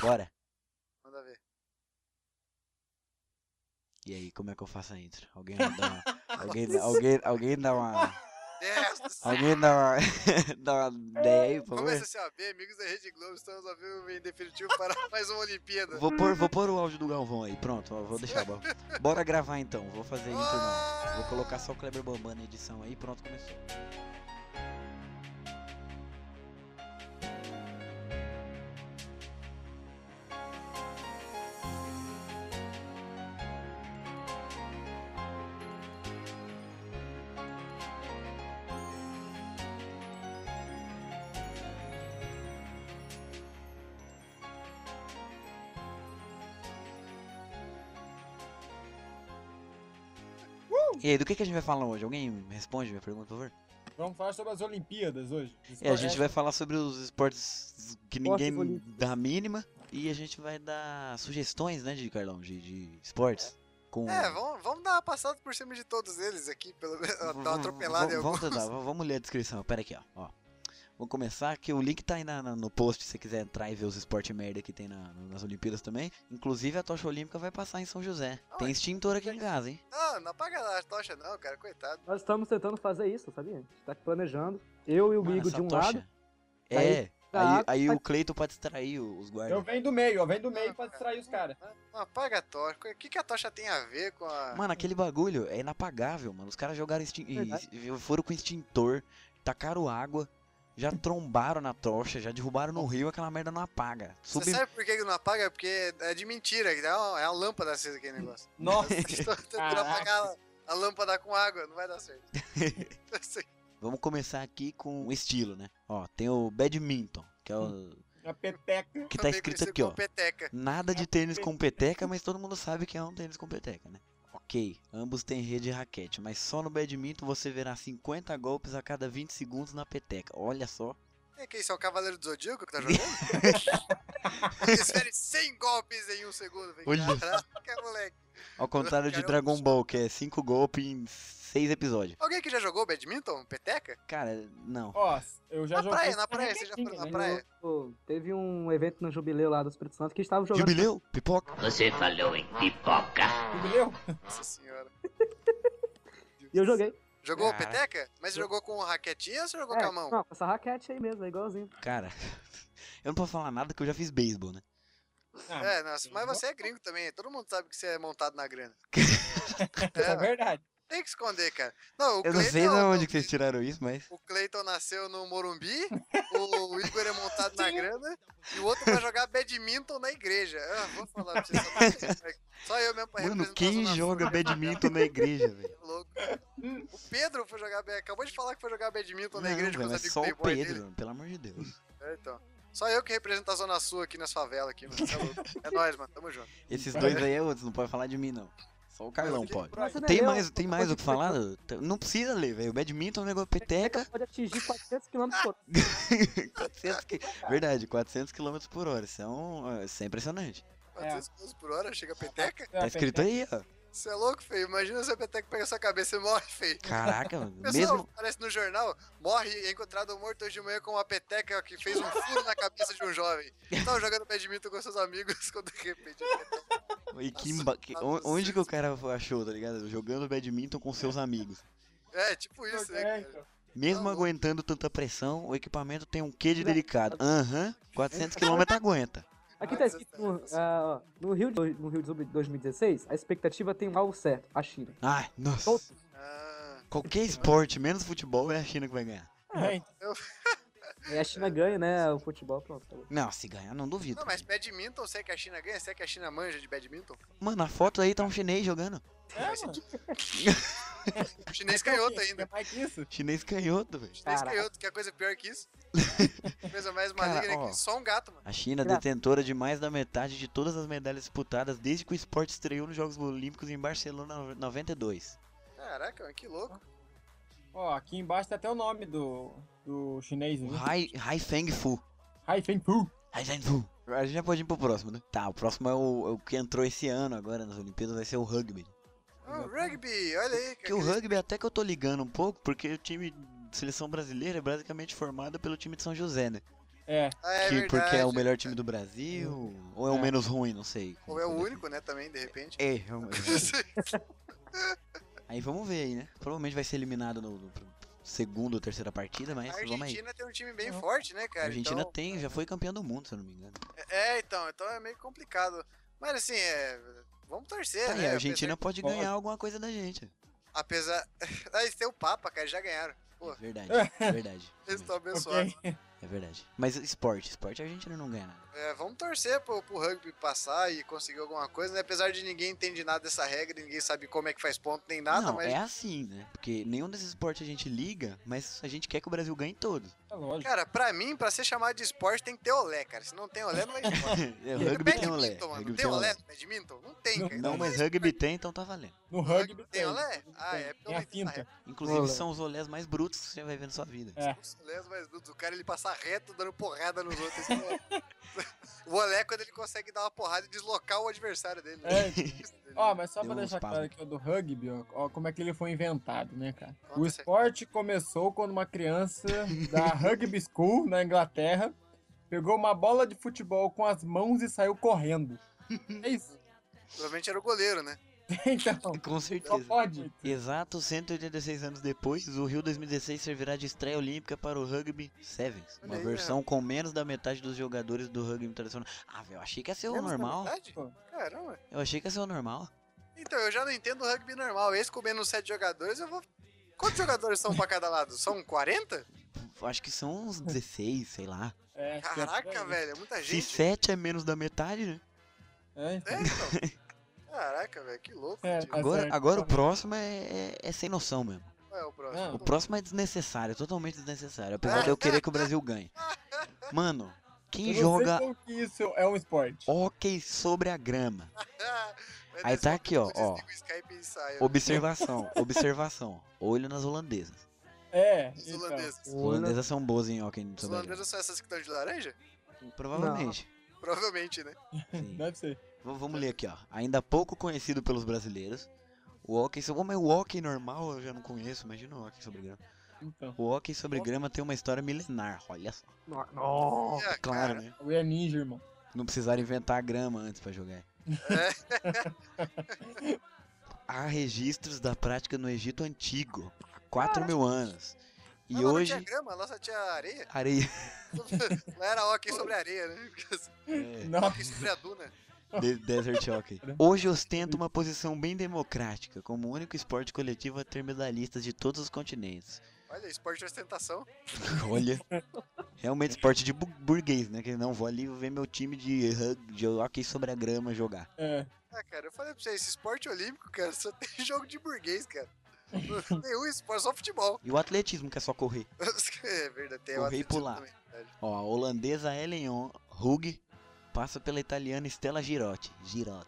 Bora. Manda ver. E aí, como é que eu faço a intro? Alguém dá uma... alguém, dá- alguém, alguém dá uma... Yes, do céu. Alguém dá uma... dá uma ideia aí, por favor? É, Começa assim, a se abrir, amigos da Rede Globo, estamos ao vivo em definitivo para mais uma Olimpíada. Vou pôr, vou pôr o áudio do Galvão aí, pronto, ó, vou deixar. Bora, bora gravar então, vou fazer intro não. Ah! Vou colocar só o Kleber Bambam na edição aí, pronto, começou. E aí, do que, que a gente vai falar hoje? Alguém me responde minha pergunta, por favor? Vamos falar sobre as Olimpíadas hoje. É, a gente vai falar sobre os esportes que ninguém olímpicos. dá a mínima e a gente vai dar sugestões, né, de Carlão, de, de esportes. Com... É, vamos, vamos dar uma passada por cima de todos eles aqui, pelo menos. Tá Dar uma Vamos- atropelada em vamos- Vamos algum. tentar, vamos vamos ler a descrição. Pera aqui, ó. ó. Vou começar que o link tá aí na- na- no post se você quiser entrar e ver os esporte merda que tem na- nas Olimpíadas também. Inclusive a tocha olímpica vai passar em São José. Ah, Tem ué. extintor aqui em casa, hein? Não, não apaga a tocha, não, cara, coitado. Nós estamos tentando fazer isso, sabia? A gente tá planejando. Eu e o Mano, Igor essa de um tocha. lado. tá, Ah, É, da aí, água, aí o vai- Cleiton pra distrair o- os guardas. Eu venho do meio, eu venho do meio pra distrair os caras. Não apaga a tocha. O que, que a tocha tem a ver com a. Mano, aquele bagulho é inapagável, mano. Os caras jogaram extin... e- Verdade. e foram com extintor, tacaram água, já trombaram na tocha, já derrubaram no rio, aquela merda não apaga. Você Sub... sabe por que que não apaga? Porque é de mentira, que dá uma- é a lâmpada acesa aquele negócio. Nossa, Estou tentando Caraca. apagar a lâmpada com água, não vai dar certo. Então, assim, Eu sei. Vamos começar aqui com o estilo, né? Ó, tem o badminton, que é o a peteca. que tá Também escrito conhecido aqui, ó. como é Peteca. Nada de tênis com peteca, mas todo mundo sabe que é um tênis com peteca, né? Ok, ambos têm rede e raquete, mas só no badminton você verá 50 golpes a cada 20 segundos na peteca. Olha só. É que isso é o Cavaleiro do Zodíaco que tá jogando? Ele espere 100 golpes em um segundo. velho. Olha só. Caraca, moleque. Ao contrário de Cara, eu Dragon sou- Ball, que é 5 golpes em 6 episódios. Alguém que já jogou badminton? Peteca? Cara, não. Ó, eu já Na joguei. praia, na com praia, você já foi raquetinha, na né? praia? Pô, Teve um evento no Jubileu lá do Espírito Santo que estava jogando. Jubileu, pipoca. Você falou em pipoca. Entendeu? Nossa senhora. E eu joguei. Jogou Caraca. peteca? Mas você jogou com raquetinha ou você jogou É, com a mão? Não, com essa raquete aí mesmo, é igualzinho. Cara, eu não posso falar nada que eu já fiz beisebol, né? Ah, É, nossa, mas Uhum. não. você é gringo também. Todo mundo sabe que você é montado na grana. Isso é é, verdade. tem que esconder, cara. Não, o Eu não sei de Cleiton- é um onde que vocês tiraram isso, mas. O Cleiton nasceu no Morumbi, o Igor é montado na grana e o outro vai jogar badminton na igreja. Ah, vou falar pra vocês. Só, pra- só eu mesmo pra Mano, representar a quem Zona joga Sul. badminton na igreja, velho? É louco. O Pedro foi jogar, ba- acabou de falar que foi jogar badminton Não, na igreja com velho, os mas amigos só o playboy Pedro, dele. mano, pelo amor de Deus. É, então. Só eu que represento a Zona Sul aqui nas favelas aqui, mano. Cê É, louco. é nóis, mano. Tamo junto. Esses dois aí é outros, não pode falar de mim, não. Só o Carlão Fica pode. por aí. Mas você Tem leu, mais, tem mais o que pode- falar? Não precisa ler, velho. Badminton é um negócio peteca. Pode atingir 400 km por hora. 400 que- Verdade, 400 km por hora. Isso é, um- isso é impressionante. 400 km por hora, chega a peteca. É Tá uma escrito aí, ó. Você é louco, feio. Imagina se a peteca pega sua cabeça e morre, feio. Caraca, mano. Pessoal, Mesmo, aparece no jornal, morre e é encontrado morto hoje de manhã com uma peteca que fez um furo na cabeça de um jovem. Tava jogando badminton com seus amigos quando de repente. E que emba- que- on- onde que o cara achou, tá ligado? Jogando badminton com seus amigos. É, tipo peteca. isso, né? cara? Mesmo Tá louco. É. aguentando tanta pressão, o equipamento tem um quê de delicado. Aham, 400 km aguenta. Aqui tá escrito no, ah, ó, no Rio de, no Rio de 2016, a expectativa tem um alvo certo, a China. Ai, nossa. Então, Ah, Qualquer esporte, menos futebol, é a China que vai ganhar. Gente, aí a China ganha, né? O futebol, pronto. acabou. Não, se ganhar, não duvido. não, mas badminton, será que a China ganha? Será que a China manja de badminton? Mano, na foto aí tá um chinês jogando. É, mano. O chinês canhoto ainda. É mais que isso. Chinês canhoto, velho. O chinês Caraca. canhoto, que é coisa pior que isso. coisa mais Cara, maligna ó. que só um gato, mano. A China, Gra- detentora de mais da metade de todas as medalhas disputadas desde que o esporte estreou nos Jogos Olímpicos em Barcelona 92. Caraca, que louco. Ó, aqui embaixo tá até o nome do, do chinês. O Uhum. viu? Hai, Hai Feng Fu. Hai Feng Fu. Hai Feng Fu. Agora a gente já pode ir pro próximo, né? Tá, o próximo é o, é o que entrou esse ano agora nas Olimpíadas, vai ser o rugby. Ah, rugby, olha aí. Porque o rugby até que eu tô ligando um pouco, porque o time de seleção brasileira é basicamente formado pelo time de São José, né? É, Ah, é que, porque é o verdade. melhor time do Brasil, ou é o É. menos ruim, não sei. Ou é o único, né, também, de repente. É, é o- aí vamos ver aí, né? Provavelmente vai ser eliminado no, no segundo ou terceira partida, mas A vamos aí. Argentina tem um time bem forte, né, A cara? Argentina Então- tem, já foi campeã do mundo, se eu não me engano. É, então, então é meio complicado. Mas assim, é. Vamos torcer, Tá aí, né? a Argentina pode Pode. ganhar alguma coisa da gente. Apesar. apesar- Ah, eles têm o Papa, cara, já ganharam. Pô. É verdade, é verdade. Eles estão abençoados. ok. É verdade. Mas esporte, esporte a Argentina não ganha nada. É, vamos torcer pro, pro rugby passar e conseguir alguma coisa, né? Apesar de ninguém entender nada dessa regra, ninguém sabe como é que faz ponto nem nada, não, mas. é assim, né? Porque nenhum desses esportes a gente liga, mas a gente quer que o Brasil ganhe todos. É lógico. Cara, pra mim, pra ser chamado de esporte, tem que ter olé, cara. Se não tem olé, não vai esporte. É, o rugby tem olé. Badminton, mano. Rugby Tem tem olé olé. no badminton? Não tem, Não, cara. Não, Então, mas rugby tem, então tá valendo. No rugby Tem olé? Ah, é, porque eu Tem a não entendi na finta. Inclusive, Olé. são os olés mais brutos que você vai ver na sua vida. É. Os olés mais brutos. O cara é ele passa reto dando porrada nos outros. Esse é o o olé é quando ele consegue dar uma porrada e deslocar o adversário dele. né? É. Isso, ele- Ó, mas só Deu pra um deixar espasmo. claro aqui ó, do rugby, ó, ó, como é que ele foi inventado, né, cara? Conta O essa esporte começou quando uma criança da rugby school na Inglaterra pegou uma bola de futebol com as mãos e saiu correndo. É isso. Provavelmente era o goleiro, né? Então, Com só certeza. pode. Exato 186 anos depois, o Rio 2016 servirá de estreia olímpica para o Rugby Sevens. Olha Uma aí, é. versão com menos da metade dos jogadores do rugby tradicional. Ah, velho, eu achei que ia ser o Menos da normal. metade? Pô. Caramba. Eu achei que ia ser o normal. Então, eu já não entendo o rugby normal. Esse comendo sete jogadores, eu vou. Quantos jogadores são pra cada lado? São 40? Acho que são uns 16, sei lá. É, Caraca, é, velho, é muita Se gente. 7 é menos da metade, né? É, É, então. Caraca, velho, que louco. É, tio. Tá Agora, certo. agora o próximo é, é- é sem noção mesmo. Qual é o próximo? Não. O próximo é desnecessário, totalmente desnecessário. Apesar de eu querer que o Brasil ganhe. Mano, quem eu joga Não sei como que isso é um esporte. hóquei sobre a grama? Ah, mas Aí tá desse aqui, ó, momento eu ó. desligo o Skype e saio. Observação, observação. Olho nas holandesas. É, Os então. holandeses. As holandesas são boas em hóquei Os sobre a holandeses são essas que estão de laranja? grama. Provavelmente. Provavelmente, né? sim. deve ser. V- vamos ler aqui, ó. Ainda pouco conhecido pelos brasileiros. O hóquei... so- Como é o hóquei normal? Eu já não conheço. Imagina o hóquei sobre grama. Então, O hóquei sobre grama tem uma história milenar, olha só. No- no- É, Claro, cara. né? o é ninja, irmão. Não precisaram inventar a grama antes pra jogar. É. Há registros da prática no Egito Antigo, há 4 mil anos. E Mas lá não hoje, tinha grama, lá só tinha areia. areia. Lá era hockey sobre areia, né? É, Não, Hockey sobre a duna. de- desert hockey. Hoje ostenta uma posição bem democrática, como o único esporte coletivo a ter medalhistas de todos os continentes. Olha, esporte de ostentação. Olha, realmente esporte de bu- burguês, né? Que não vou ali ver meu time de, rug- de hockey sobre a grama jogar. é, Ah, cara, eu falei pra vocês, esse esporte olímpico, cara, só tem jogo de burguês, cara. Não tem Nenhum esporte, só futebol. E o atletismo, que é só correr. É verdade, tem Correr e atletismo pular. também. Ó, a holandesa Ellen Ho- Hug passa pela italiana Stella Girotti. Girotta.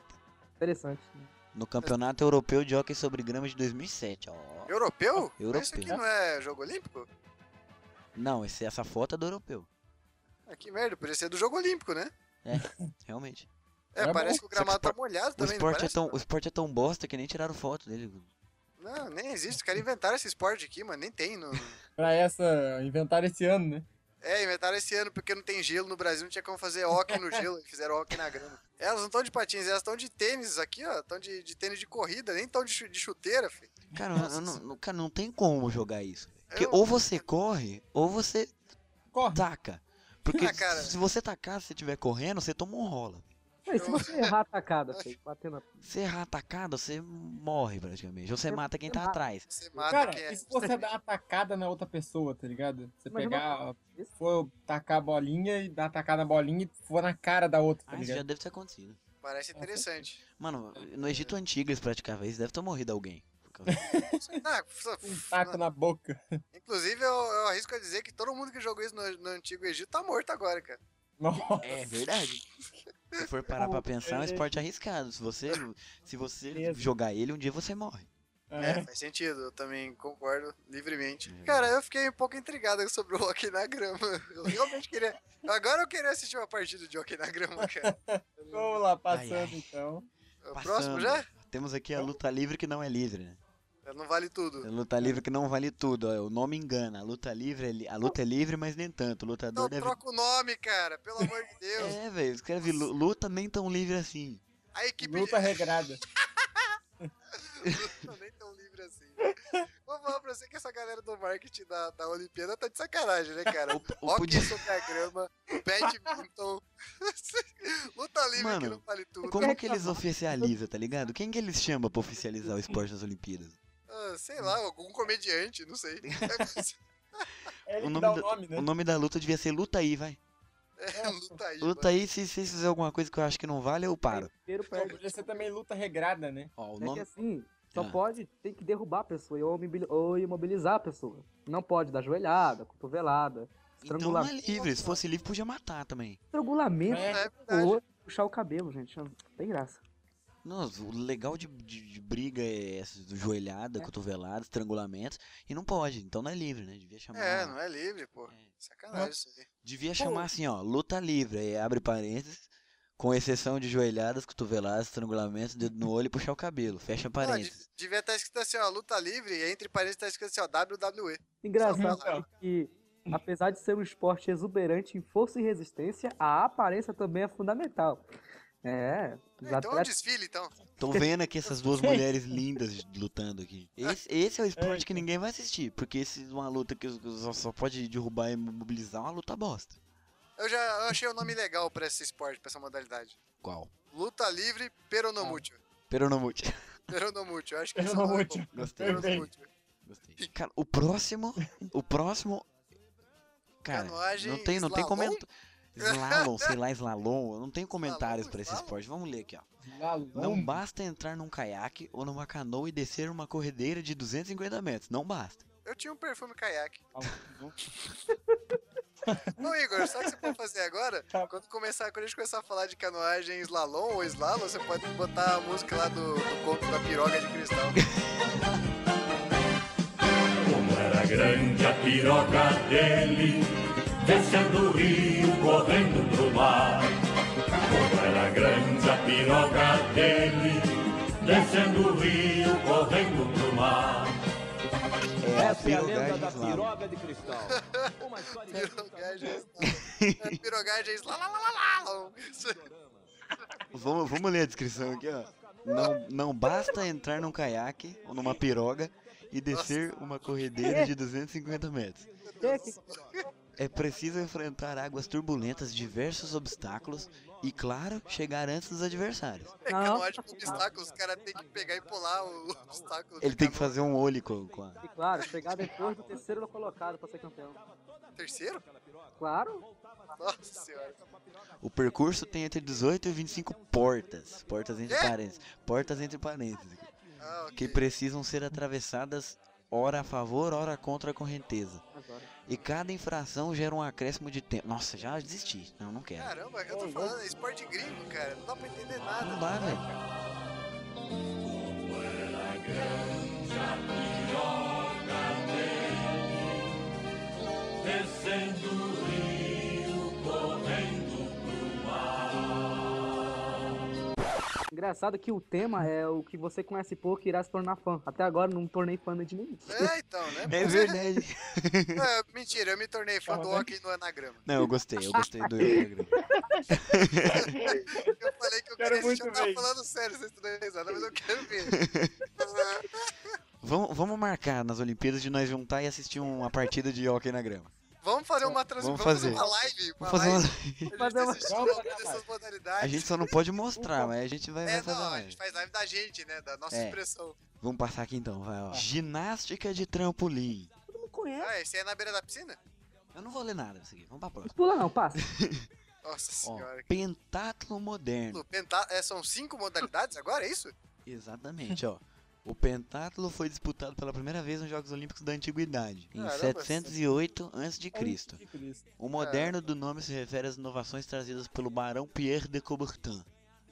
Interessante. né? No Campeonato Europeu de Hockey sobre Grama de 2007, ó. Europeu? Mas Isso Europeu. aqui não é jogo olímpico? Não, esse, essa foto é do europeu. Ah, que merda, podia ser do jogo olímpico, né? Realmente. É, É bom. parece que Só o que gramado tá espor- molhado O também, não esporte, é parece? tão, o esporte é tão bosta que nem tiraram foto dele. Não, nem existe. Os caras inventaram esse esporte aqui, mano. Nem tem. No... pra essa. Inventaram esse ano, né? É, inventaram esse ano porque não tem gelo no Brasil, não tinha como fazer hockey no gelo, eles fizeram hockey na grama. Elas não estão de patins, elas estão de tênis aqui, ó. Estão de, de tênis de corrida, nem estão de, chu- de chuteira, filho. Cara, eu- eu não, não- cara, não tem como jogar isso. Porque Eu- ou você corre, ou você Corre. taca. Porque Ah, cara. se você tacar, se você estiver correndo, você toma um rola. Não, e se você errar a tacada, feio, batendo a... Se errar atacado, você morre praticamente. Ou você Eu- mata quem eu tá mato. atrás. Você mata Cara, quem é. e se você dar uma tacada na outra pessoa, tá ligado? Você Mas eu pegar, não- for tacar a bolinha e dar uma tacada na bolinha e for na cara da outra, tá Ah, isso já ligado? deve ter acontecido. Parece interessante. Mano, no Egito Antigo eles praticavam isso, deve ter morrido alguém. por causa disso. Ah, só- Um taco na boca. Inclusive, eu, eu arrisco a dizer que todo mundo que jogou isso no, no Antigo Egito tá morto agora, cara. Nossa. É verdade. Se for parar pra pensar, é um esporte arriscado. Se você, se você Beleza. jogar ele, um dia você morre. É, faz sentido, eu também concordo livremente. É. Cara, eu fiquei um pouco intrigado sobre o hockey na grama. Eu realmente queria. Agora eu queria assistir uma partida de hockey na grama, cara. Vamos lá, passando Ai, ai. então. O próximo já? Temos aqui a luta livre que não é livre, né? Não vale A tudo. luta livre que não vale tudo, ó, o nome engana. A luta livre, é li- a luta é livre, mas nem tanto. O lutador Não deve troca o nome, cara, pelo amor de Deus. É, velho, escreve lu- luta nem tão livre assim. A equipe Luta regrada. de... Não, nem tão livre assim. Vou falar pra você que essa galera do marketing da, da Olimpíada tá de sacanagem, né, cara? O Hockey podia- sobre a grama, badminton, luta livre que Mano, é não vale tudo. Como que eles oficializam, tá ligado? Quem que eles chamam pra oficializar o esporte nas Olimpíadas? Ah, sei lá, algum comediante, não sei. É ele O que nome dá do- o nome, né? O nome da luta devia ser luta aí, vai. É, luta aí. Luta aí, se se vocês fizerem alguma coisa que eu acho que não vale, eu paro. Primeiro Então, perde. podia ser também luta regrada, né? Ó, o É que nome... assim, só Ah. pode, tem que derrubar a pessoa ou imobili- ou imobilizar a pessoa. Não pode dar joelhada, cotovelada, Então não estrangulamento. é livre, se fosse livre podia matar também. Estrangulamento É, mano. É com o verdade. outro, puxar o cabelo, gente. não Tem graça. Nossa, o legal de, de- de briga é essa, do joelhada, cotovelada, estrangulamento, e não pode, então não é livre, né? Devia chamar... É, não é livre, pô. É. Sacanagem isso aí. Devia chamar assim, ó, luta livre, aí abre parênteses, com exceção de joelhadas, cotoveladas, estrangulamento, dedo no olho e puxar o cabelo, fecha Ah, parênteses. de- devia estar escrito assim, ó, luta livre, e entre parênteses tá escrito assim, ó, WWE. Engraçado Então. é que, apesar de ser um esporte exuberante em força e resistência, a aparência também é fundamental. É, os Então é um atletas desfile, então. Tô vendo aqui essas duas mulheres lindas de- lutando aqui. Esse, esse é o esporte que então. ninguém vai assistir, porque esse é uma luta que só, só pode derrubar e mobilizar é uma luta bosta. Eu já eu achei o nome legal pra esse esporte, pra essa modalidade. Qual? Luta livre, peronomútil. Peronomute. Peronomútil, acho que Eu esse não nome vou é te... bom. Gostei. Perfeito. Peronomútil. Gostei. Cara, o próximo. O próximo. Cara, Canoagem, não tem, não tem slalom? comentário. Slalom, sei lá, slalom. eu Não tem comentários pra esse slalom? esporte. Vamos ler aqui, ó. Não Não basta entrar num caiaque ou numa canoa e descer uma corredeira de 250 metros. Não basta. Eu tinha um perfume caiaque. Ô Igor, sabe o que você pode fazer agora? Tá. Quando, começar, quando a gente começar a falar de canoagem e slalom ou slalom, você pode botar a música lá do, do conto da piroga de cristal. Como era grande a piroca dele, descia do rio correndo pro mar. Como era grande a piroca dele, descia do rio correndo pro mar. É a pirogagem da slalom. piroga de cristal. Uma história Pirogagem e slalom. É, pirogagem e slalom. Vamos, vamos ler a descrição aqui, ó. Não, não basta entrar num caiaque ou numa piroga e descer uma corredeira de 250 metros. têm que É preciso enfrentar águas turbulentas, diversos obstáculos e, claro, chegar antes dos adversários. É Não. canoagem com obstáculos, os caras têm que pegar e pular o obstáculo. Ele de tem que canoa. fazer um olho com, com a... E claro, chegar depois do terceiro colocado pra ser campeão. Terceiro? Claro, Nossa senhora. O percurso tem entre 18 e 25 portas. Portas entre Quê? parênteses. Portas entre parênteses. Ah, ok. Que precisam ser atravessadas ora a favor, ora contra a correnteza. agora. E cada infração gera um acréscimo de tempo. Nossa, já desisti. Não, não quero. Caramba, eu tô falando, é esporte gringo, cara. Não dá pra entender nada. Não dá, né? velho. Engraçado que o tema é o que você conhece pouco e irá se tornar fã. Até agora não me tornei fã de ninguém. É, então, né? É verdade. É, mentira, eu me tornei fã do Calma, né? hockey no anagrama. Não, eu gostei. Eu gostei do Instagram. Eu falei que eu Quero queria assistir, eu muito tava ver. falando sério, vocês estão dando risada, mas eu quero ver. Vamos, vamos marcar nas Olimpíadas de nós juntar e assistir uma partida de hockey na grama. Vamos fazer uma transmissão, Vamos fazer. vamos, fazer uma live. Uma Vamos fazer live. uma... A gente Fazer uma- assiste Vamos uma fazer uma dessas modalidades. A gente só não pode mostrar, mas a gente vai, vai É, fazer não, a mais. gente faz live da gente, né? Da nossa É. expressão. Vamos passar aqui então, vai, ó. Ginástica de trampolim. Todo mundo conhece. Ah, esse aí é na beira da piscina? Eu não vou ler nada disso aqui, vamos pra próxima. Pula não, passa. Nossa Ó, senhora. pentatlo moderno. Penta- é, são cinco modalidades agora, é isso? Exatamente, ó. O pentatlo foi disputado pela primeira vez nos Jogos Olímpicos da Antiguidade, em Caramba, 708 a.C. De Cristo. O moderno do nome se refere às inovações trazidas pelo barão Pierre de Coubertin.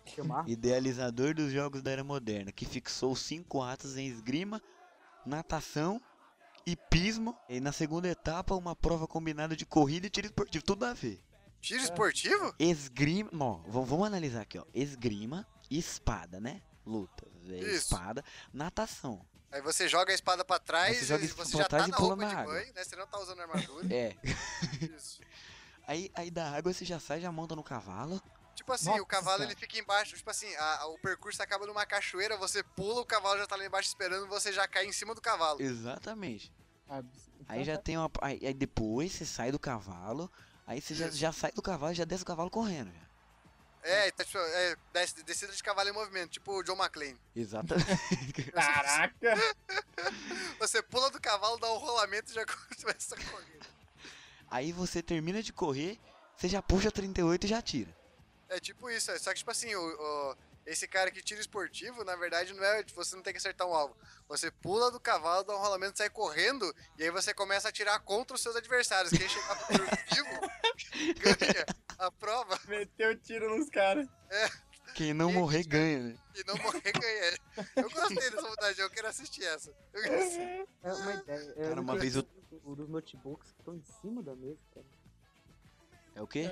Chamar. idealizador dos jogos da era moderna, que fixou cinco atos em esgrima, natação, hipismo e na segunda etapa uma prova combinada de corrida e tiro esportivo, tudo a ver. É. Tiro esportivo? Esgrima, ó, v- vamos analisar aqui, ó. Esgrima, espada, né? Luta, é, Isso. espada, natação. Aí você joga a espada pra trás Aí você e joga a você espada pra já trás tá e na pula roupa na de água. banho, né? Você não tá usando armadura. É, Isso. aí, aí da água você já sai, já monta no cavalo. Tipo assim, Nossa, o cavalo cara. ele fica embaixo, tipo assim, a- a- o percurso acaba numa cachoeira, você pula, o cavalo já tá lá embaixo esperando, você já cai em cima do cavalo. Exatamente. sabe? Aí já tem uma. Aí, aí depois você sai do cavalo. Aí você já, Isso. já sai do cavalo e já desce do cavalo correndo. Já. É, tá, tipo, é desce- descida de cavalo em movimento, tipo o John McClane. Exatamente. Caraca! Você pula do cavalo, dá um rolamento e já começa a correr. aí você termina de correr, você já puxa 38 e já tira. É tipo isso, é. só que tipo assim, o- o- esse cara que tira esportivo, na verdade, não é. Você não tem que acertar um alvo. Você pula do cavalo, dá um rolamento, sai correndo, e aí você começa a atirar contra os seus adversários. Quem chegar primeiro vivo ganha a prova Meteu tiro nos caras. Quem não morrer ganha, né? e não morrer ganha. Eu gostei dessa vontade, eu quero assistir essa. Eu quero assistir. É uma ideia. É Cara, uma eu- vez eu- o dos notebooks que estão em cima da mesa, cara. É o quê?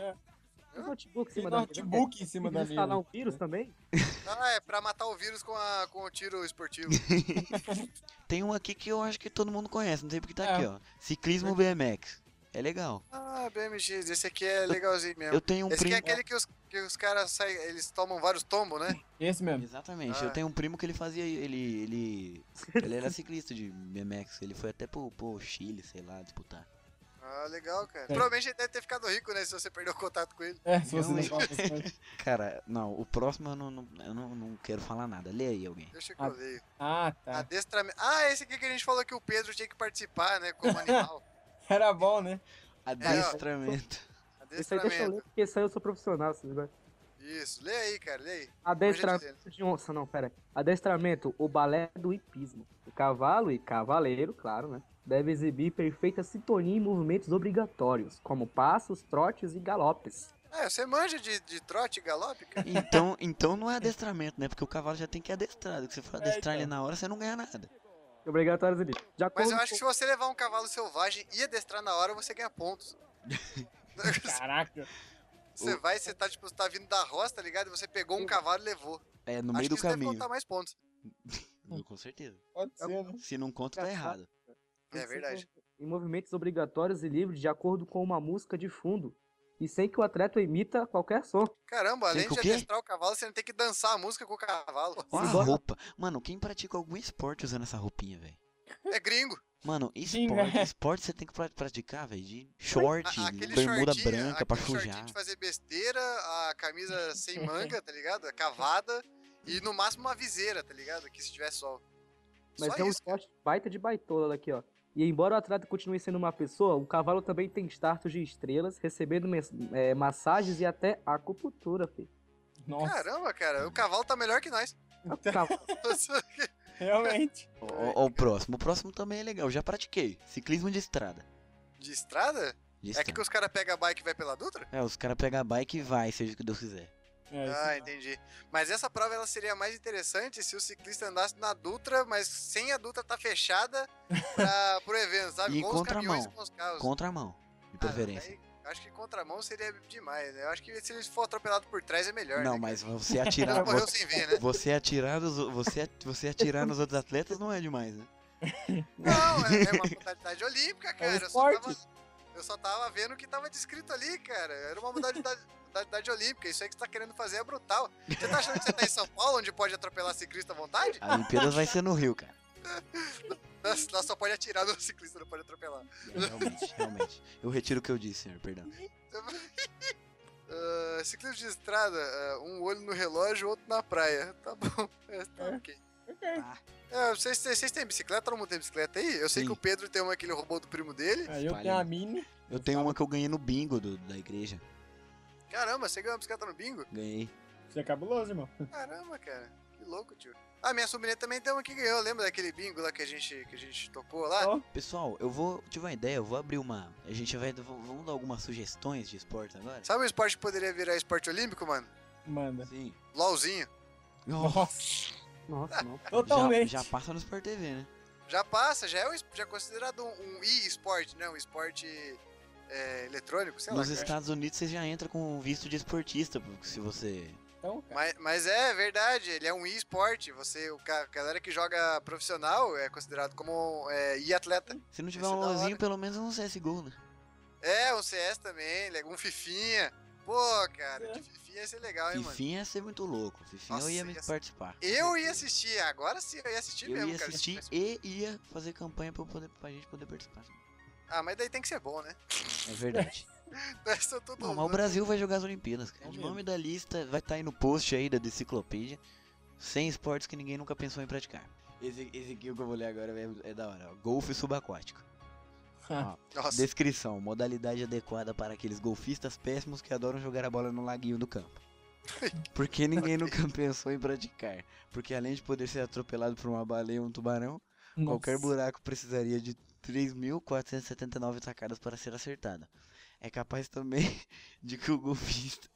Os notebooks em Tem cima da mesa. notebook em cima da Eles instalar um mesa. vírus também? Ah, é pra matar o vírus com, a, com o tiro esportivo. Tem um aqui que eu acho que todo mundo conhece, não sei porque tá É. aqui, ó. Ciclismo BMX. É legal. Ah, BMX, esse aqui é legalzinho mesmo. Eu tenho um Esse aqui é primo. aquele que os, que os caras saem, eles tomam vários tombos, né? Esse mesmo. Exatamente. Ah. Eu tenho um primo que ele fazia. Ele. Ele, ele era ciclista de BMX. Ele foi até pro, pro Chile, sei lá, disputar. Ah, legal, cara. É. Tem. Provavelmente ele deve ter ficado rico, né? Se você perdeu o contato com ele. É, se você não Realmente. fala essas coisas. Cara, não, o próximo eu não, não- eu não, não quero falar nada. Lê aí alguém. Deixa que Ah, eu leio. Ah, tá. Adestramento. Ah, esse aqui que a gente falou que o Pedro tinha que participar, né? Como animal. Era bom, né? É, Adestramento. Isso aí deixa eu Adestramento. ler, porque isso aí eu sou profissional, vocês vão- Isso. Lê aí, cara, lê aí. é Adestramento de onça, não, pera. Adestramento, o balé do hipismo. O cavalo e cavaleiro, claro, né? Deve exibir perfeita sintonia e movimentos obrigatórios, como passos, trotes e galopes. Ah, você manja de, de trote e galope, cara? Então, então não é adestramento, né? Porque o cavalo já tem que ir adestrado. que Se É, for adestrar ele então. na hora, você não ganha nada. Obrigatórios ali. De Mas acordo eu acho que com- se você levar um cavalo selvagem e adestrar na hora, você ganha pontos. Caraca. Você vai, você tá, tipo, você tá vindo da roça, tá ligado? E você pegou um cavalo e levou. É, no acho meio que do isso deve caminho. contar mais pontos. Com certeza. Pode ser, né? Se não conta, tá Engraçado. errado. É verdade. Em movimentos obrigatórios e livres, de acordo com uma música de fundo. E sem que o atleta imita qualquer som. Caramba, além que o de quê? adestrar o cavalo, você não tem que dançar a música com o cavalo. Olha a bota- roupa. Mano, quem pratica algum esporte usando essa roupinha, velho? É gringo. Mano, Sim, esporte, né? esporte você tem que pra- praticar, velho, de short, A- Ah, aquele bermuda shortinho, branca pra aquele shortinho sujar. de fazer besteira, a camisa sem manga, tá ligado? Cavada e no máximo uma viseira, tá ligado? Que se tiver sol. Mas Só é um isso. esporte baita de baitola aqui, ó. E embora o atleta continue sendo uma pessoa, o cavalo também tem status de estrelas, recebendo mes- é, massagens e até acupuntura, filho. Nossa, tá, Caramba, cara, o cavalo tá melhor que nós. O cavalo- realmente. Ó, ó, ó o próximo. O próximo também é legal, eu já pratiquei. Ciclismo de estrada. De estrada? De É que estrada. que os caras pegam a bike e vai pela Dutra? É, os caras pegam a bike e vai, seja o que Deus quiser. É, isso Ah, entendi. Mas essa prova ela seria mais interessante se o ciclista andasse na Dutra, mas sem a Dutra tá fechada pra, pro evento, sabe? E com os contramão. caminhões com os carros. Contramão, de Ah, não, preferência. daí, acho que contramão seria demais, né? Eu acho que se ele for atropelado por trás é melhor. Não, né, mas você cara? atirar. Ele morreu você- sem ver, né? Você atirar nos, você, você atirar nos outros atletas não é demais, né? Não, é, é uma modalidade olímpica, cara. eu, só esporte. tava, eu só tava vendo o que tava descrito ali, cara. Era uma modalidade, modalidade olímpica. Isso aí que você tá querendo fazer é brutal. Você tá achando que você tá em São Paulo, onde pode atropelar ciclista à vontade? A Olimpíadas vai ser no Rio, cara. Lá lá só pode atirar no ciclista, não pode atropelar. É, Realmente, realmente. Eu retiro o que eu disse, senhor, perdão. Ah, ciclismo de estrada, ah, um olho no relógio, outro na praia. Tá bom, é, tá ok. Tá. É, vocês, vocês têm bicicleta? Todo mundo tem bicicleta aí? Eu sei Sim. que o Pedro tem uma que ele roubou do primo dele. Aí eu Espalha. tenho a mini. Eu tenho uma que eu ganhei no bingo do- da igreja. Caramba, você ganhou uma bicicleta no bingo? Ganhei. Isso é cabuloso, irmão. Caramba, cara. Que louco, tio. Ah, minha sobrinha também tem uma que ganhou. Lembra daquele bingo lá que a gente, que a gente tocou lá? Ó. Pessoal, eu vou. Tive uma ideia, eu vou abrir uma. A gente vai. v- Vamos dar algumas sugestões de esporte agora? Sabe um esporte que poderia virar esporte olímpico, mano? Manda. Sim. LOLzinho. Nossa. Nossa, não. Totalmente. Já, já passa no Sport TV, né? Já passa, já é, um, es- já é considerado um, um e-esporte, né? Um esporte é, eletrônico, sei lá. Nos cara. Estados Unidos você já entra com um visto de esportista, porque se você. Então, cara. Mas, mas é verdade, ele é um e-esporte. Você, o ca- a galera que joga profissional é considerado como é, e-atleta. Se não tiver Isso é um da hora. lozinho, pelo menos um CSGO, né? É, um CS também, ele é um fifinha. Pô, cara, de fifinha ia ser legal, hein, mano? Fifinha ia ser muito louco. Fifinha eu Nossa, ia ia me ser- participar. Eu ia assistir, agora sim eu ia assistir Eu mesmo, ia cara. assistir e ia fazer campanha pra, eu poder, pra gente poder participar. Ah, mas daí tem que ser bom, né? É verdade. Essa todo Não, mas o Brasil vai jogar as Olimpíadas, cara. É O mesmo. nome da lista vai estar aí no post aí da enciclopédia. 100 esportes que ninguém nunca pensou em praticar. Esse, esse aqui que eu vou ler agora é, é da hora. ó. Golfe subaquático. Nossa, Descrição: modalidade adequada para aqueles golfistas péssimos que adoram jogar a bola no laguinho do campo. Porque ninguém nunca pensou em praticar. Porque além de poder ser atropelado por uma baleia ou um tubarão, qualquer Nossa. buraco precisaria de 3.479 tacadas para ser acertada. É capaz também de que o golfista.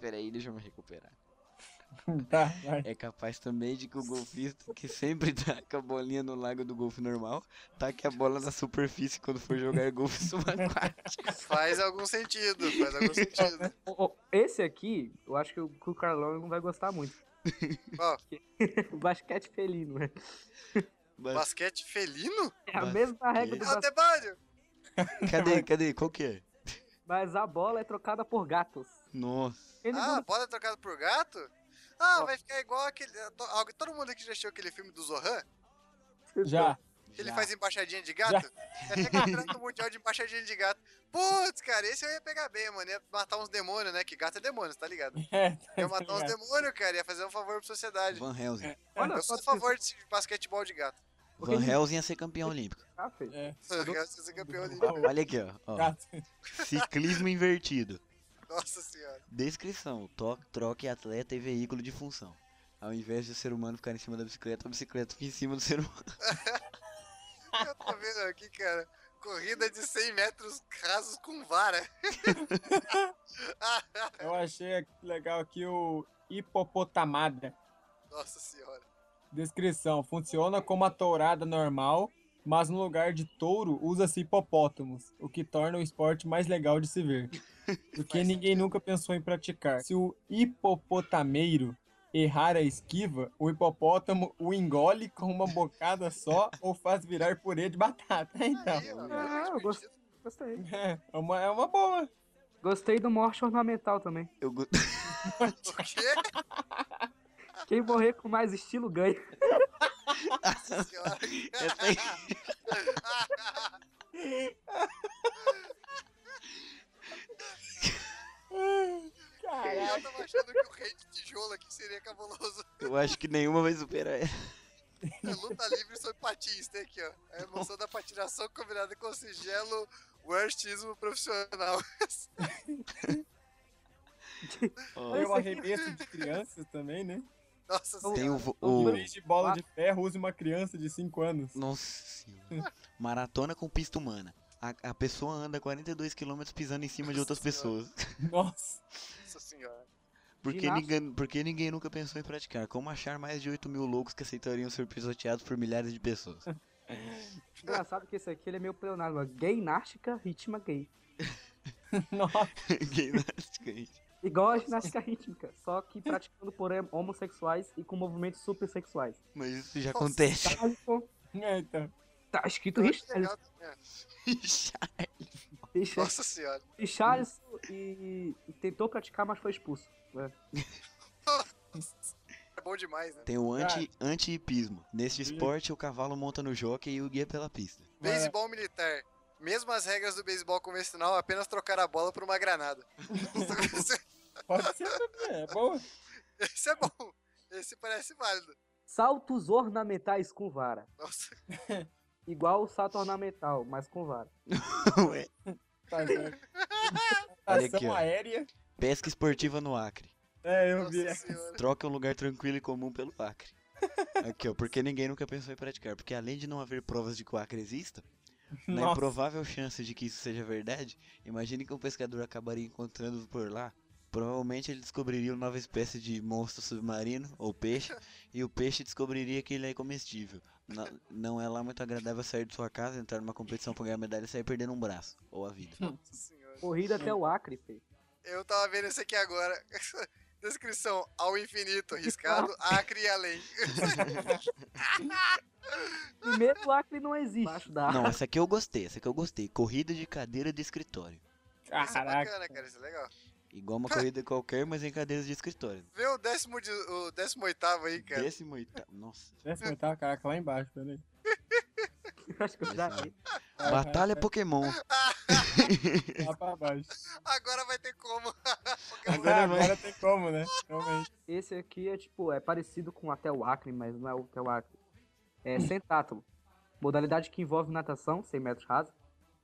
Peraí, deixa eu me recuperar. Tá, vai. É capaz também de que o golfista que sempre taca a bolinha no lago do golfe normal, taque a bola na superfície quando for jogar golfe subaquático. faz algum sentido, faz algum sentido. Ô, ô, esse aqui, eu acho que o, que o Carlão não vai gostar muito. Ó. o basquete felino, né? Mas- Basquete felino? É a Basquete. mesma regra do Ah, basquete, Debário! Cadê, cadê? Qual que é? mas a bola é trocada por gatos. Nossa. Eles Ah, não- bola é trocada por gato? Ah, Ó. vai ficar igual aquele. to- algu- Todo mundo aqui já assistiu aquele filme do Zohan? Já. Que ele Já. faz embaixadinha de gato? É até campeonato mundial de embaixadinha de gato. Putz, cara, esse eu ia pegar bem, mano. Ia matar uns demônios, né? Que gato é demônio, você tá ligado? É, Ia matar uns demônios, cara. Ia fazer um favor pra sociedade. Van Helsing. Olha Eu sou só a o que favor de basquetebol de gato. Van Helsing ia ser campeão olímpico. tá, feio. é. Eu quero ser campeão ali. Ó, Olha aqui, ó. ó. gato. Ciclismo invertido. Nossa senhora. Descrição: to- troque atleta e veículo de função. Ao invés de o ser humano ficar em cima da bicicleta, a bicicleta fica em cima do ser humano. Eu tô vendo aqui, cara. Corrida de 100 metros rasos com vara. Eu achei legal aqui o hipopotamada. Nossa senhora. Descrição: funciona como a tourada normal, mas no lugar de touro usa-se hipopótamos, o que torna o esporte mais legal de se ver. Porque Faz ninguém nunca pensou em praticar. Se o hipopotameiro errar a esquiva, o hipopótamo o engole com uma bocada só ou faz virar purê de batata. Então, Aí, ó, Ah, eu gost- gostei. é é uma, é uma boa. Gostei do morte ornamental também. Eu go- O quê? Quem morrer com mais estilo ganha. Nossa senhora. Essa aí- Eu tava achando que o rei de tijolo aqui seria cabuloso. eu acho que nenhuma vai superar essa. É luta livre sobre patins, tem aqui, ó. A emoção da patinação combinada com singelo worstismo profissional. Ó, Tem um arremesso de crianças também, né? Nossa senhora. Tem o, vo- Em o- vez de bola de ferro, use uma criança de 5 anos. Nossa senhora. Maratona com pista humana. A, a pessoa anda 42 km pisando em cima de outras Nossa senhora. pessoas. Nossa. Nossa senhora. Porque Ginástica. ninguém, porque ninguém nunca pensou em praticar. Como achar mais de 8 mil loucos que aceitariam ser pisoteados por milhares de pessoas? Engraçado que esse aqui ele é meio pleonado. mas Gay, nástica, ritma gay. Nossa. Ginástica, gente. Igual a ginástica rítmica, só que praticando por homossexuais e com movimentos super sexuais. Mas isso já Nossa, acontece. Tyson, É, então. tá escrito Eu acho legal Richarlison. também, ó. Richarlison- Nossa senhora. Richarlison e, e tentou praticar, mas foi expulso. É bom demais, né? Tem o Cara. anti- anti-hipismo. Neste esporte, o cavalo monta no jockey e o guia pela pista. é. Beisebol militar. Mesmas regras do beisebol convencional, apenas trocar a bola por uma granada. Pode ser também, é boa. Esse é bom. Esse parece válido. Saltos ornamentais com vara. Nossa, Igual o salto ornamental, mas com vara. Ué. Tá certo. Olha aqui, Ação ó. aérea. Pesca esportiva no Acre. É, eu vi. nossa senhora. Troca um lugar tranquilo e comum pelo Acre. Aqui, ó. Porque ninguém nunca pensou em praticar. Porque além de não haver provas de que o Acre exista, na Nossa. improvável chance de que isso seja verdade, imagine que um pescador acabaria encontrando por lá Provavelmente ele descobriria uma nova espécie de monstro submarino, ou peixe, e o peixe descobriria que ele é comestível. Na- não é lá muito agradável sair de sua casa, entrar numa competição pra ganhar medalha e sair perdendo um braço, ou a vida. Nossa senhora. Corrida até o Acre, feio. Eu tava vendo esse aqui agora. Descrição: ao infinito, riscado, acre e além. Primeiro, o Acre não existe. tá? Embaixo da Não, essa aqui eu gostei, essa aqui eu gostei. Corrida de cadeira de escritório. Isso é Caraca. bacana, cara, isso é legal. Igual uma corrida qualquer, mas em cadeiras de escritório. Vê o 18 o 18 aí, cara. Décimo oitavo. Nossa. Décimo oitavo, caraca, lá embaixo, peraí. Acho que eu já vi. Vai, Batalha vai, Pokémon. vai, Lá pra baixo. Agora vai ter como. Pokémon. Agora, agora tem como, né? Realmente. Esse aqui é tipo, é parecido com até o Acre, mas não é o até o Acre. É sentátulo. Modalidade que envolve natação, 100 metros raso.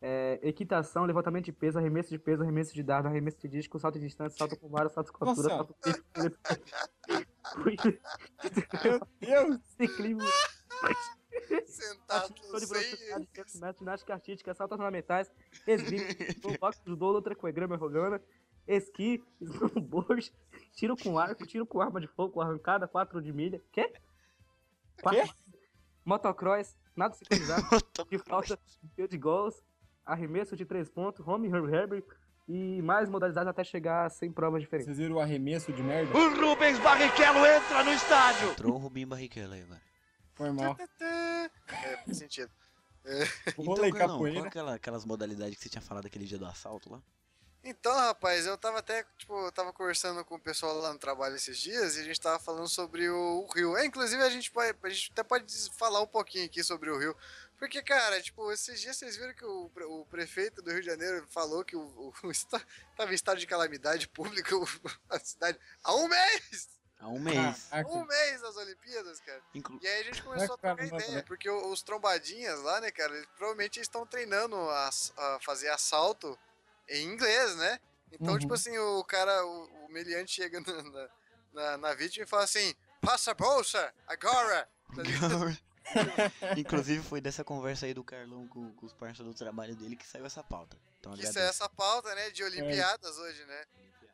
é, equitação, levantamento de peso, arremesso de peso, arremesso de dardo, arremesso de disco, salto de distância, salto com vara, salto com altura, Nossa. salto com Meu Deus! ciclismo, Sentado atletismo de sem. velocidade, 100 metros, ginástica artística, saltos ornamentais, esgrima, boxe, judô, luta com grama rogana, esqui, snowboard, tiro com arco, tiro com arma de fogo, arrancada, 4 de milha, quê? Quatro- Motocross, nada sincronizado, de falta, field goals, arremesso de 3 pontos, home run herbert e mais modalidades até chegar sem provas diferentes. Vocês viram o arremesso de merda? Entrou o Rubinho Barrichello aí agora. Foi mal. É, faz sentido. Carlão, Rolei Então, qual é capoeira. aquela- aquelas modalidades que você tinha falado aquele dia do assalto lá? Então, rapaz, eu tava até, tipo, eu tava conversando com o pessoal lá no trabalho esses dias e a gente tava falando sobre o, o Rio. É, inclusive, a gente, pode, a gente até pode des- falar um pouquinho aqui sobre o Rio. Porque, cara, tipo, esses dias vocês viram que o, pre- o prefeito do Rio de Janeiro falou que o, o, o esta- tava em estado de calamidade pública o- a cidade há um mês! Há um mês. Um Caraca. mês das Olimpíadas, cara. Inclu- E aí a gente começou a Né, cara, trocar não vai ideia, saber. porque o- os trombadinhas lá, né, cara, eles provavelmente estão treinando a, ass- a fazer assalto em inglês, né? Então, Uhum. tipo assim, o cara, o, o meliante chega na, na, na- na vítima e fala assim, passa a bolsa, agora! Tá ligado? Inclusive foi dessa conversa aí do Carlão com, com os parceiros do trabalho dele que saiu essa pauta. Então Que isso é agradeço. essa pauta, né, de Olimpiadas hoje, né?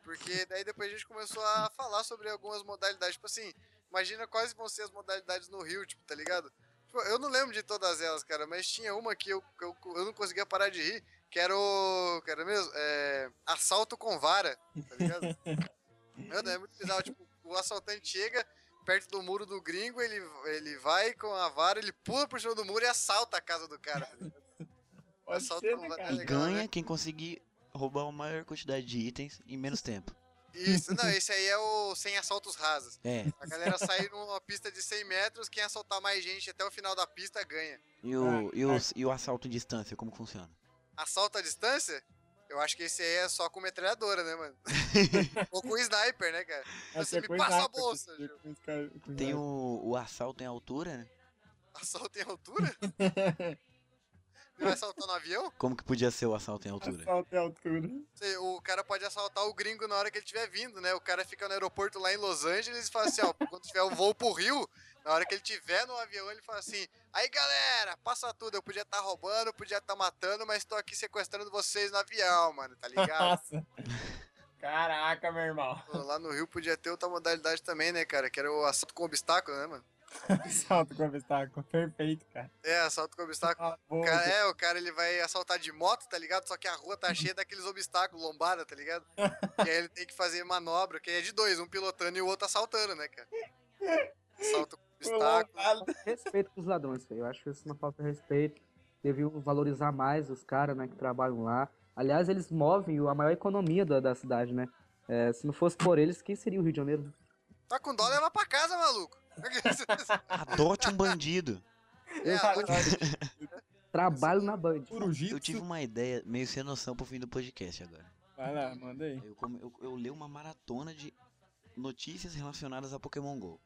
Porque daí depois a gente começou a falar sobre algumas modalidades, tipo assim, imagina quais vão ser as modalidades no Rio, tipo, tá ligado? Tipo, eu não lembro de todas elas, cara, mas tinha uma que eu, que eu, eu não conseguia parar de rir, que era o. Que era mesmo? É, assalto com vara, tá ligado? Mano, é muito bizarro, tipo, o assaltante chega perto do muro do gringo, ele, ele vai com a vara, ele pula por cima do muro e assalta a casa do cara. tá ligado? Pode Assalto ser, com né, vara é cara? E legal, né? ganha quem conseguir roubar a maior quantidade de itens em menos tempo. Isso, não, esse aí é o sem assaltos rasos. É. A galera sai numa pista de 100 metros, quem assaltar mais gente até o final da pista ganha. E Ah, o, é. e o, e o assalto em distância, como funciona? Assalto à distância? Eu acho que esse aí é só com metralhadora, né, mano? Ou com sniper, né, cara? Essa é me coisa passa a rápida, bolsa, esse- Gil. com esse cara- com esse Tem um- cara. o, o assalto em altura, né? Assalto em altura? Ele vai assaltar no avião? Como que podia ser o assalto em altura? Assalto em altura. Sei, O cara pode assaltar o gringo na hora que ele estiver vindo, né? O cara fica no aeroporto lá em Los Angeles e fala assim, ó, quando tiver o voo pro Rio, na hora que ele tiver no avião, ele fala assim, aí galera, passa tudo, eu podia estar roubando, podia estar matando, mas tô aqui sequestrando vocês no avião, mano, tá ligado? Nossa. Caraca, meu irmão. lá no Rio podia ter outra modalidade também, né, cara? Que era o assalto com obstáculo, né, mano? Assalto com obstáculo. Perfeito, cara. É, assalto com obstáculo. Tá O bom, cara, gente. é, o cara ele vai assaltar de moto, tá ligado? Só que a rua tá cheia daqueles obstáculos, lombada, tá ligado? E aí ele tem que fazer manobra, que é de dois, um pilotando e o outro assaltando, né, cara? Assalto com é obstáculo. Lombada. Respeito pros ladrões, feio. Eu acho isso é uma falta de respeito. Deviam valorizar mais os caras, né, que trabalham lá. Aliás, eles movem o- a maior economia da, da cidade, né? É, se não fosse por eles, quem seria o Rio de Janeiro? Tá com dó, leva pra casa, maluco. Adote um bandido. É, a- assim, Trabalho na Band. Eu tive Urujitsu. uma ideia meio sem noção pro fim do podcast agora. Vai lá, manda aí. Eu, come- eu, eu leio uma maratona de notícias relacionadas a Pokémon GO.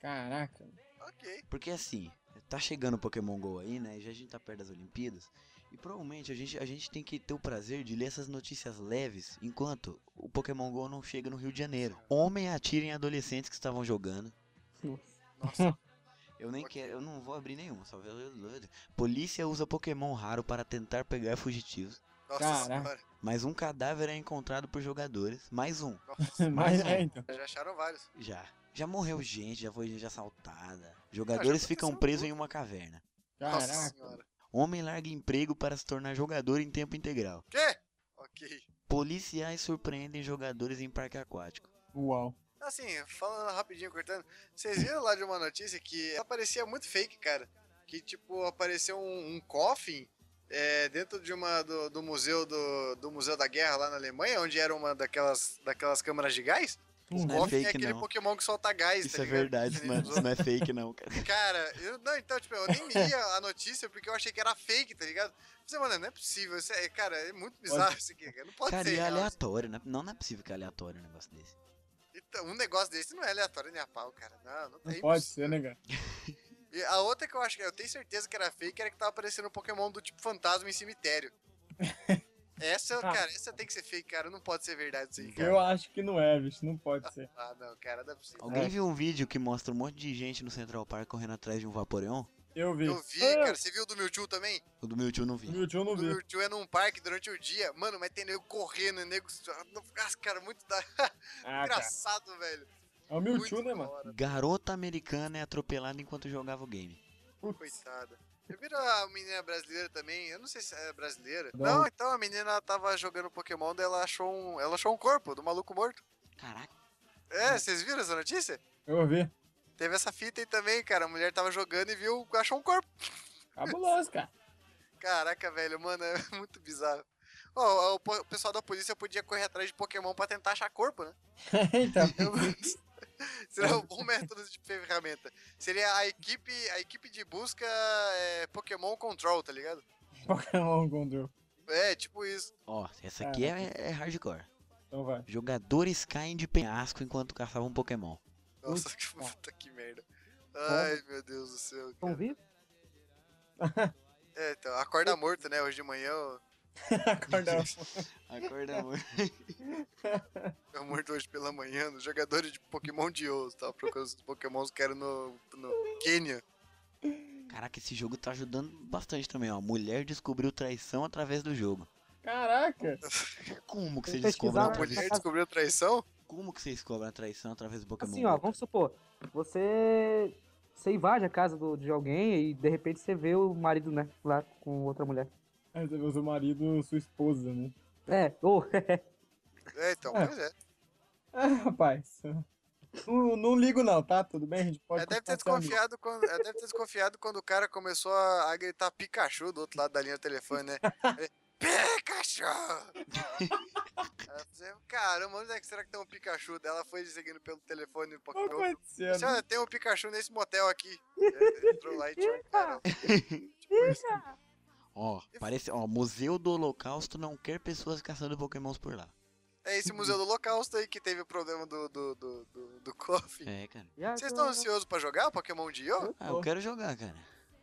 Caraca. ok. Porque assim, tá chegando o Pokémon GO aí, né? Já a gente tá perto das Olimpíadas. E provavelmente a gente, a gente tem que ter o prazer de ler essas notícias leves enquanto o Pokémon GO não chega no Rio de Janeiro. Homem atira em adolescentes que estavam jogando. Nossa. Eu nem Ok. quero, eu não vou abrir nenhuma, só vê- Polícia usa Pokémon raro para tentar pegar fugitivos. Nossa Caraca. senhora. Mas um cadáver é encontrado por jogadores. Mais um. Nossa, Mas é, então. já acharam vários. Já. Já morreu gente, já foi gente assaltada. Jogadores ficam aconteceu presos tudo. em uma caverna. Nossa Caraca. senhora. Homem larga emprego para se tornar jogador em tempo integral. Quê? Ok. Policiais surpreendem jogadores em parque aquático. Uau. Assim, falando rapidinho, cortando. Vocês viram lá de uma notícia que ela parecia muito fake, cara. Que, tipo, apareceu um, um coffin é, dentro de uma do, do museu do, do Museu da Guerra lá na Alemanha, onde era uma daquelas, daquelas câmaras de gás. Isso O não é coffin é fake, aquele não. Pokémon que solta gás, Isso tá é ligado? verdade, Que isso nem não é, os isso não é fake, não, cara. Cara, eu, não, então, tipo, eu nem lia a notícia porque eu achei que era fake, tá ligado? Você, mano, não é possível. Isso é, cara, é muito bizarro isso aqui, cara. Não pode Cara, ser. e é real. aleatório. né? Não, não é possível que é aleatório um negócio desse. Então, um negócio desse não é aleatório nem a pau, cara. Não, não, Não tem pode isso. ser, né, cara? E a outra que eu acho que eu tenho certeza que era fake era que tava aparecendo um Pokémon do tipo fantasma em cemitério. Essa, Ah. cara, essa tem que ser fake, cara. Não pode ser verdade isso aí, cara. Eu acho que não é, bicho. Não pode ser. Ah, não, cara, não é possível. Alguém É. viu um vídeo que mostra um monte de gente no Central Park correndo atrás de um Vaporeon? Eu vi. Eu vi, Ah, cara. Você viu o do Mewtwo também? O do meu tio não vi. Meu tio eu O não do vi. Mewtwo é num parque durante o dia. Mano, mas tem nego correndo, nego. Nossa, cara, muito da... Ah, cara. engraçado, velho. É o é Muito Mewtwo, né, da mano? hora, Garota americana é atropelada enquanto jogava o game. Putz. Coitada. Eu vi a menina brasileira também, eu não sei se é brasileira. Não. Não, então a menina ela tava jogando Pokémon, daí ela achou um, ela achou um corpo do maluco morto. Caraca. É, Hum. vocês viram essa notícia? Eu vi. Teve essa fita aí também, cara. A mulher tava jogando e viu, achou um corpo. Cabuloso, cara. Caraca, velho, mano, é muito bizarro. Ó, o, po- o pessoal da polícia podia correr atrás de Pokémon pra tentar achar corpo, né? Eita. Eu- Seria um bom método de ferramenta. Seria a equipe, a equipe de busca é, Pokémon Control, tá ligado? Pokémon Gondor. É, tipo isso. Ó, essa aqui é, é hardcore. Então vai. Jogadores caem de penhasco enquanto caçavam Pokémon. Nossa, que puta que merda. Ai, meu Deus do céu. Estão Cara. vivos? É, então, acorda morto, né? Hoje de manhã eu, Acorda. Acorda, amor. eu morto hoje pela manhã. Os jogadores de Pokémon de ouro, tava procurando os Pokémons que eram no, no Quênia. Caraca, esse jogo tá ajudando bastante também, ó. Mulher descobriu traição através do jogo. Caraca. Como que Tem você que descobre pesquisar, a Uma né? traição? mulher descobriu traição? Como que você descobre a traição através do Pokémon? Assim, ó, Go? vamos supor, você. Você invade a casa do- de alguém e de repente você vê o marido, né? Lá com outra mulher. Aí Você vê seu marido, sua esposa, né? É, ou. É, então, É. pois é. Ah, rapaz. Não, não ligo não, tá? Tudo bem? A gente pode... Ela um É, deve, ter continuar sendo amigo. desconfiado quando, ela deve ter desconfiado quando o cara começou a, a gritar Pikachu do outro lado da linha do telefone, né? Ele, Pikachu! ela dizia, caramba, onde é que será que tem um Pikachu? Daí Ela foi seguindo pelo telefone do Não Pokémon. pode ser, Disse, né? Olha, tem um Pikachu nesse motel aqui. Ele Entrou lá e tinha um cara. Ó, parece, ó, Museu do Holocausto não quer pessoas caçando Pokémons por lá. É esse museu do Holocausto aí que teve o problema do, do, do, do, do Coffin. É, cara. Vocês estão assim, ansiosos pra jogar Pokémon de Yo? Ah, eu quero jogar, cara.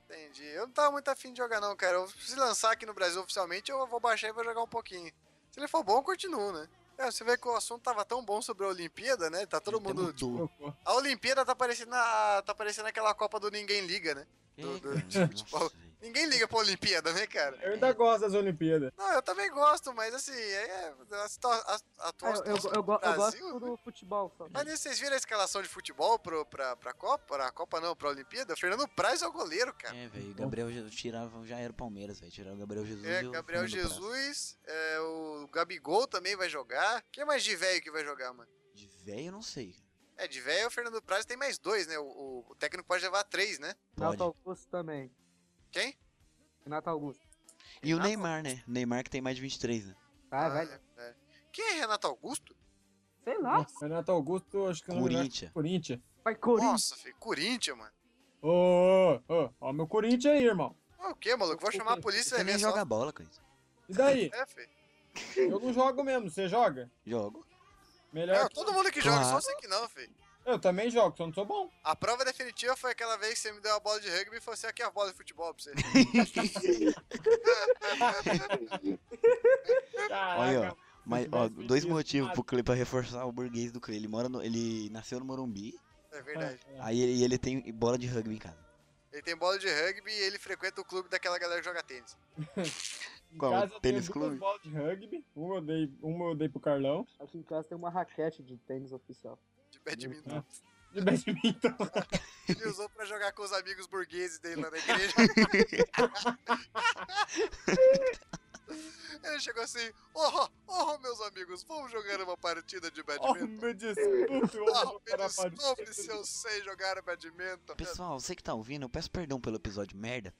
Entendi. Eu não tava muito afim de jogar, não, cara. Eu- Se lançar aqui no Brasil oficialmente, eu vou baixar e vou jogar um pouquinho. Se ele for bom, eu continuo, né? É, você vê que o assunto tava tão bom sobre a Olimpíada, né? Tá todo Até mundo. mudou. A Olimpíada tá parecendo, a... tá parecendo aquela Copa do Ninguém Liga, né? do- É, do- cara, de futebol. nossa, velho. Ninguém liga pra Olimpíada, né, cara? Eu ainda gosto das Olimpíadas. Não, eu também gosto, mas assim, é é- a, situa- a, a atual Eu, eu, situação É, do eu go- eu Brasil- né? gosto do futebol só. Mas nisso, vocês viram a escalação de futebol pro, pra, pra Copa? Pra Copa não, pra Olimpíada? Fernando Praz é o goleiro, cara. É, velho, Gabriel Jesus tirava, já era o Palmeiras, velho. Tiraram o Gabriel Jesus. É, e o Gabriel Fernando Praz. Jesus, é, o Gabigol também vai jogar. Quem mais de velho que vai jogar, mano? De velho, eu não sei. É, de velho o Fernando Praz tem mais dois, né? O, o- o técnico pode levar três, né? Pode. Renato Augusto também. Quem? Renato Augusto. E o Renato? Neymar, né? Neymar que tem mais de 23, né? Ah, Ah, velho. é. Quem é Renato Augusto? Sei lá. Nossa, Renato Augusto, acho que não Corinthians. Corinthians. Vai Corinthians. Nossa, filho, Corinthians, mano. Ô, ô, ô, ó, meu Corinthians aí, irmão. Ah, o quê, maluco? Vou chamar a polícia Você vai nem ver só. joga bola, coisa. E daí? É, filho. Eu não jogo mesmo, você joga? Jogo. Melhor Não, que- todo mundo que joga, Claro. só você que não, filho. Eu também jogo, só não sou bom. A prova definitiva foi aquela vez que você me deu a bola de rugby e falou assim, aqui é a bola de futebol pra você. Olha, Caraca. ó. Mas, ó, tivesse dois visto, motivos cara. pro Clay, pra reforçar o burguês do Clay. Ele, mora no, ele nasceu no Morumbi, É verdade. aí ele, ele tem bola de rugby em casa. Ele tem bola de rugby e ele frequenta o clube daquela galera que joga tênis. Em Qual? casa eu tenho Tênis duas clube? bolas de rugby. Uma eu, dei, uma eu dei pro Carlão. Aqui em casa tem uma raquete de tênis oficial. de badminton. De badminton. Ele usou pra jogar com os amigos burgueses dele lá na igreja. Ele chegou assim, oh, oh, meus amigos, vamos jogar uma partida de Oh, badminton. meu Ah, desculpe. eu Oh, vou me parar pra- desculpe se eu sei jogar badminton. Pessoal, você que tá ouvindo, eu peço perdão pelo episódio merda.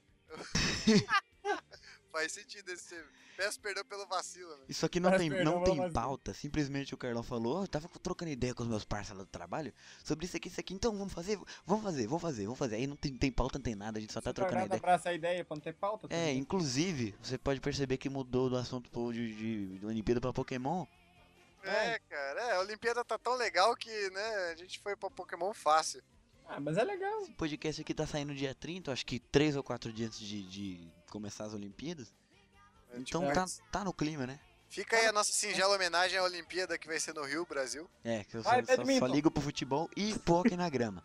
Faz sentido esse. Peço perdão pelo vacilo, né? velho. Isso aqui não Peço tem, perdão, não vamos um. tem fazer. pauta. Simplesmente o Carlão falou, "Ó, eu tava trocando ideia com os meus parceiros do trabalho sobre isso aqui, isso aqui. Então vamos fazer, vamos fazer, vamos fazer, vamos fazer. Aí não tem, tem pauta, não tem nada, a gente só tá Se trocando guardar ideia. pra essa ideia, pra não ter pauta. É, inclusive, você pode perceber que mudou do assunto pro- de, de, de Olimpíada pra Pokémon. É, cara, é, a Olimpíada tá tão legal que, né, a gente foi pra Pokémon fácil. Ah, mas é legal. Esse podcast aqui tá saindo dia 30, acho que 3 ou 4 dias antes de, de começar as Olimpíadas. É, Então tipo, tá, tá no clima, né? Fica aí a nossa singela homenagem à Olimpíada que vai ser no Rio, Brasil. É, que eu só, Vai, só- só badminton. ligo pro futebol e pro hockey na grama.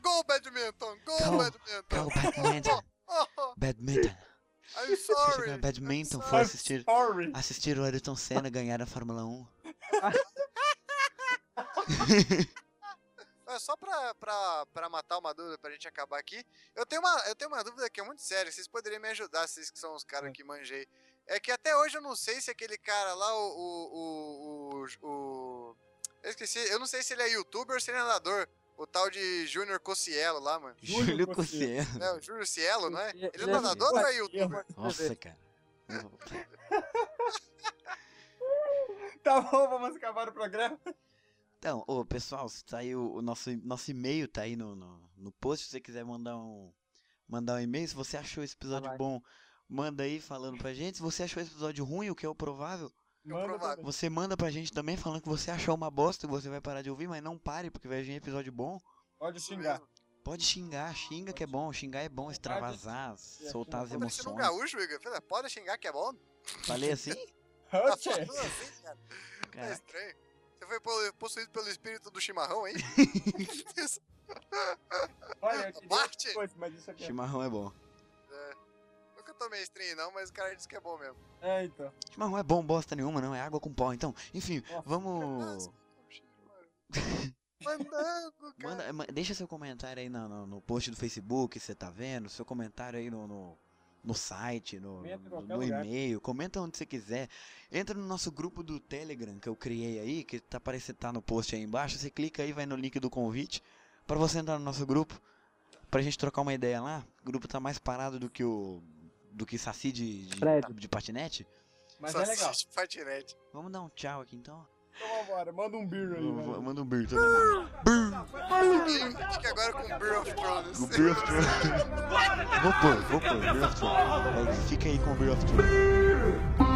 Go, badminton! Go, Go, Go, badminton! badminton! Oh, oh, Badminton! I'm Você sorry! chegou no badminton, I'm foi sorry. assistir, Sorry. assistir o Ayrton Senna ganhar a Fórmula 1. Ah, Só pra, pra, pra matar uma dúvida, pra gente acabar aqui, eu tenho, uma, eu tenho uma dúvida que é muito séria, vocês poderiam me ajudar, vocês que são os caras que manjei. É que até hoje eu não sei se aquele cara lá, o. o, o, o- o- eu esqueci, eu não sei se ele é youtuber ou se ele é nadador. O tal de Júnior Cocielo lá, mano. Júlio Júlio Cocielo. Cocielo. É, o Júnior Cielo, não é? Ele- Ele é ele é nadador ou é youtuber? Nossa, cara. Tá bom, vamos acabar o programa. Então, ô, pessoal, saiu o nosso, nosso e-mail tá aí no, no, no post, se você quiser mandar um mandar um e-mail, se você achou esse episódio vai. bom, manda aí falando pra gente. Se você achou esse episódio ruim, o que é o provável, Manda pra- provável. você manda pra gente também falando que você achou uma bosta, que você vai parar de ouvir, mas não pare, porque vai vir episódio bom. Pode xingar. Pode xingar, xinga que é bom, xingar é bom, extravasar, é, soltar as Tá parecendo um emoções. gaúcho, Igor. Fala, Pode xingar que é bom? Falei assim? É, Tá Oxe, falando assim, cara. Tá Cara, estranho. Você foi po- possuído pelo espírito do chimarrão, hein? olha, eu te dei Marte? outra coisa, mas isso aqui é... chimarrão é bom. Nunca tomei stream, não, mas o cara disse que é bom mesmo. É, então. Chimarrão é bom bosta nenhuma, não, é água com pó. Então, enfim, Nossa, Ah, vamos... tá Mandando, cara. Manda, ma- deixa seu comentário aí no, no, no post do Facebook, se você tá vendo, seu comentário aí no, no, no site, no, Comenta em no, qualquer no lugar. e-mail, comenta onde você quiser. Entra no nosso grupo do Telegram que eu criei aí, que tá aparecendo tá no post aí embaixo, você clica aí, vai no link do convite pra você entrar no nosso grupo, pra gente trocar uma ideia lá. O grupo tá mais parado do que o do que Saci de, de, Prédio. de patinete. Mas Só é legal. assiste patinete. Vamos dar um tchau aqui então. Então vambora, manda um beer aí, Vou- mano. Manda um birro todo mundo. Brrr, E Fique agora com Brew of Thrones. o Beer of Thrones. Vou pôr, vou pôr, Beer of Thrones. Mas Fica aí com o Beer of Thrones.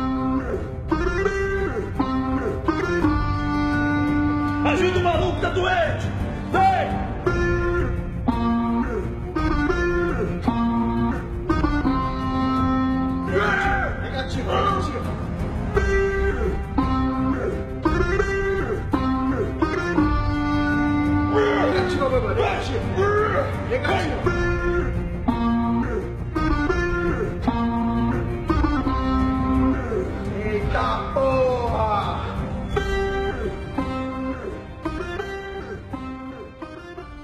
Ajuda o maluco, tá doente! Vem! Negativo, negativo. Negativo, meu negativo. Negativo. Eita porra!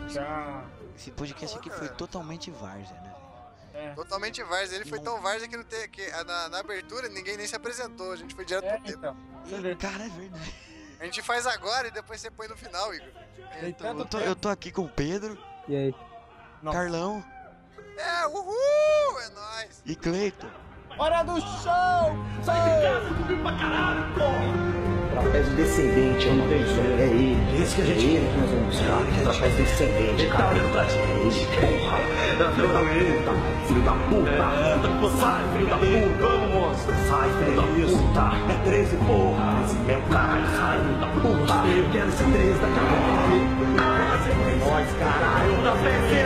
Tchau. Esse podcast aqui foi totalmente várzea, né? Totalmente Vars. Ele foi tão Vars que, não tem, que ah, na, na abertura ninguém nem se apresentou. A gente foi direto É, pro tempo. então. Você vê. Cara, é verdade. A gente faz agora e depois você põe no final, Igor. Tem Então, eu, tanto tô, tempo. eu tô aqui com o Pedro, E aí? Nossa. Carlão É, uhul! É nóis! e Cleiton. Hora do show! Trapézio descendente, eu não tenho É ele. Isso que a gente. É ele tá que nós vamos buscar. Trapézio descendente, cara. É verdade. Porra. Exatamente. Filho da puta. Sai, filho É, tá da puta. Vamos. Sai, filho da puta. É 13, porra. Esse mesmo caralho. Sai, filho da puta. Eu quero ser 13 daqui a pouco. É nóis, caralho. Trapézio.